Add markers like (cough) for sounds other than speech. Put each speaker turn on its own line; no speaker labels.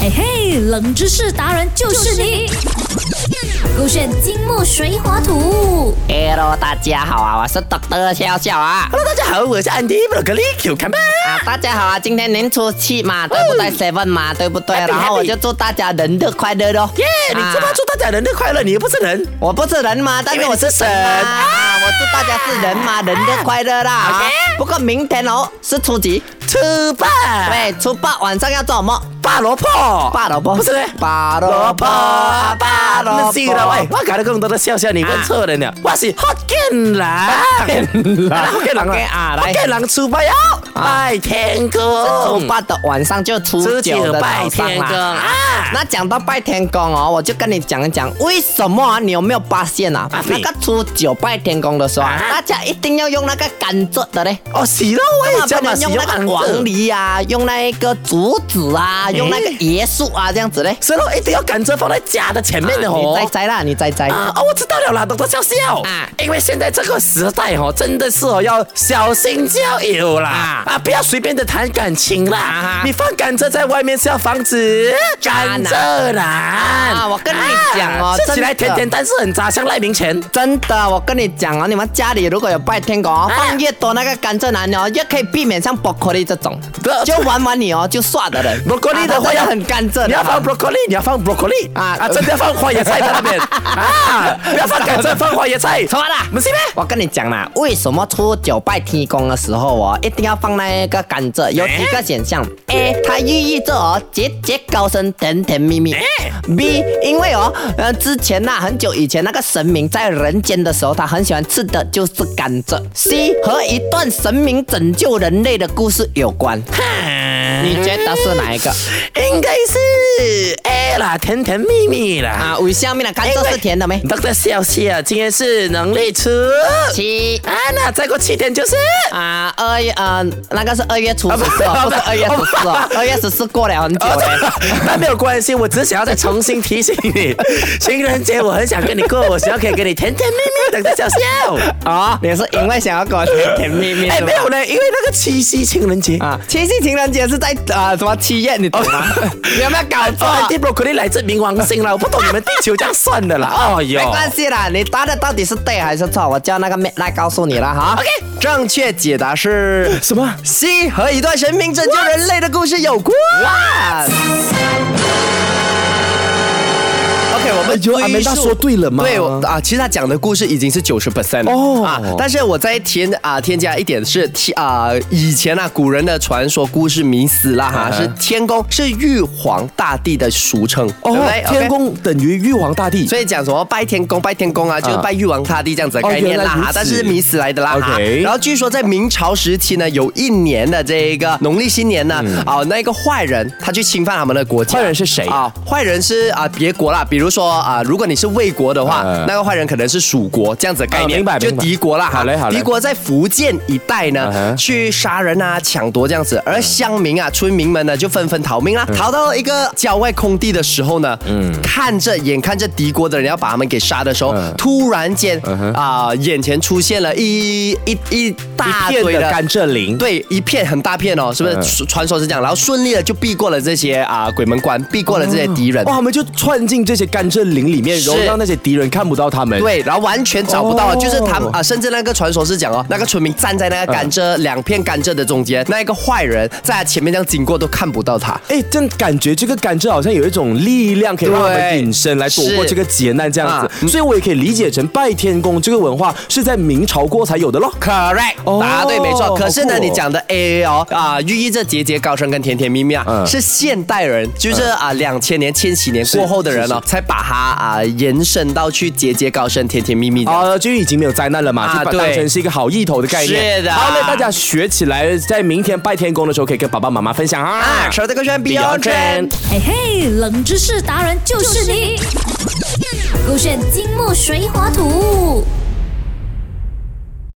嘿哎嘿，冷知识达人就是你。勾选金木水火土。
Hello，大家好啊，我是 Doctor 笑笑啊。
Hello，大家好，我是 Andy Broccoli Q 看吧。
啊，大家好啊，今天您出去嘛，对不对？Seven 嘛，对不对？
Happy,
然后我
happy
就祝大家人的快乐咯。啊
耶、你这么祝大家人的快乐，你又不是人。
我不是人嘛，但
因
是
为
我
你是
是神
神啊
嘛啊，我祝大家是人嘛，人的快乐啦。啊不过明天哦是初几？
吃饭，
对，初八晚上要做什么？
拔萝卜，
拔萝卜
不是嘞，
拔萝卜
萝卜，
拔萝卜
那是
哎
了，喂，我搞得更多的笑笑，你问错人了，我是福建人，
人
啊福建人
OK 啊
啊，
来
福建人出拜哦，拜天公，
哦初八的晚上就初
初
九
九
的
拜
早上
天
啦
公啊
那讲到拜天公哦，我就跟你讲一讲，为什么啊？你有没有发现啊？
啊
那个初九拜天公的时候啊，
啊
大家一定要用那个甘蔗的嘞。
哦，洗了我也叫
不
嘛，
能
洗
用
了
那个黄
梨，
梨啊，用那个竹子啊，用那个椰树啊，这样子嘞。
所以我一定要赶着放在家的前面的
你
哦
摘。摘啦，你摘摘。
啊哦，我知道了啦，懂得笑笑
啊
啊，因为现在这个时代哦，真的是哦要小心交友啦
啊
啊，不要随便的谈感情啦，
啊哈
你放甘蔗在外面是要防止甘蔗男
啊我跟你讲哦
啊
真的啊
吃起来甜甜，但是很渣，像赖明前。
真的，我跟你讲哦，你们家里如果有拜天狗
啊
哦，放越多那个甘蔗男哦，越可以避免像 broccoli 这种
对，
就玩玩你哦，就刷的
(laughs)
人。
broccoli 的
啊
话
真
要
很甘蔗的，
你要
好
放
吗
broccoli，你要放 broccoli
啊
啊啊，真的要放花椰菜在
(laughs)
那边啊，不要放甘蔗，放花椰菜，
错啦
不是咩？
我跟你讲啦，为什么初九拜天公的时候哦，一定要放那个甘蔗？有几个选项：A，它寓意着哦节节高升、甜甜蜜蜜；B，因为哦，呃，之前呐、很久以前那个神明在人间的时候，他很喜欢吃的就是甘蔗；C，和一段神明拯救人类的故事有关。你觉得是哪一
(laughs)
个？
应该是 A 啦，甜甜蜜蜜啦。
啊，为什么呢？甘
因
蔗
为
是甜的没？
Doctor 笑笑，今天是农历初
七
啊，那再过七天就是。 (laughs)
啊，二月呃，那个是二月初十四、哦，
啊不
不
是
是二月十四哦，二月十四过了很久
哦
了。，
但没有关系，我只是想要再重新提醒你， (laughs) 情人节我很想跟你过，我希望可以跟你甜甜蜜蜜的笑笑。
哦，你是因为想要跟我甜甜蜜蜜
啊哎，
是吗
没有呢，因为那个七夕情人节啊，
啊，七夕情人节是在啊、呃什么七月，你懂吗？你有没有搞错？
哦，Deep Broccoli 来自冥王星啦，我不懂你们地球这样算 (laughs) 的啦。哦哟，
没关系啦，你答的到底是对还是错？我叫那个妹来告诉你了哈。
OK
正确解答是
什么？
C 和一段神明拯救人类的故事有关。
OK，我们
哎阿
追
梅
溯
大说对了吗
对我啊，其实他讲的故事已经是九十 percent
哦
啊，但是我再添啊添加一点是天啊以前啊古人的传说故事迷思啦
啊
哈，是天公是玉皇大帝的俗称，对不对？
哦天
OK
公等于玉皇大帝。
所以讲什么拜天公拜天公啊，就是拜玉皇大帝这样子的
哦
概念啦
原来如
哈
此，
但是是迷死来的啦哈。
OK
然后据说在明朝时期呢，有一年的这个农历新年呢，啊那个坏人他去侵犯他们的国家，
嗯坏人是谁
啊？坏人是啊别国啦，比如说啊，如果你是魏国的话
嗯，
那个坏人可能是蜀国这样子的概
啊
念
明白，
就
明白
敌国啦哈。
好嘞好嘞
敌国在福建一带
嗯
呢
哼，
去杀人啊、抢夺这样子，
嗯
而乡民啊、村民们呢就纷纷逃命啦。逃到一个郊外空地的时候呢，看着眼看着敌国的人要把他们给杀的时候
嗯，
突然间
哼
啊、眼前出现了一一一大
一
堆的
片的甘蔗林，
对，一片很大片哦，是不是？
嗯
传说是这样，然后顺利的就避过了这些啊、鬼门关，避过了这些敌人。
哦哇，他们就窜进这些甘蔗林里面，然后
是
让那些敌人看不到他们。
对，然后完全找不到，
哎哦
就是他们啊，甚至那个传说是讲哦，那个村民站在那个甘蔗、两片甘蔗的中间，那一个坏人在他前面这样经过都看不到他。
哎，真感觉这个甘蔗好像有一种力量，可以让我们
对
隐身来躲过
是
这个劫难这样
啊
子，所以我也可以理解成拜天公这个文化是在明朝过才有的咯。
Correct，、
哦
答对没错。可是呢，
好酷哦
你讲的 A A 哦啊，寓意着节节高升跟甜甜蜜蜜啊，
嗯
是现代人，就是啊两千年、千禧年
是
过后的人
是
哦，才把它啊延伸到去节节高升、甜甜蜜蜜的。
啊，就已经没有灾难了嘛，
嗯啊
就把
对
当成是一个好意头的概念。
是的
好嘞，大家学起来，在明天拜天公的时候可以跟爸爸妈妈分享啊
啊，。手这个选 Beyond
Beyond Trend
Trend。
嘿哎嘿，冷知识达人就是你。勾选金木水火土。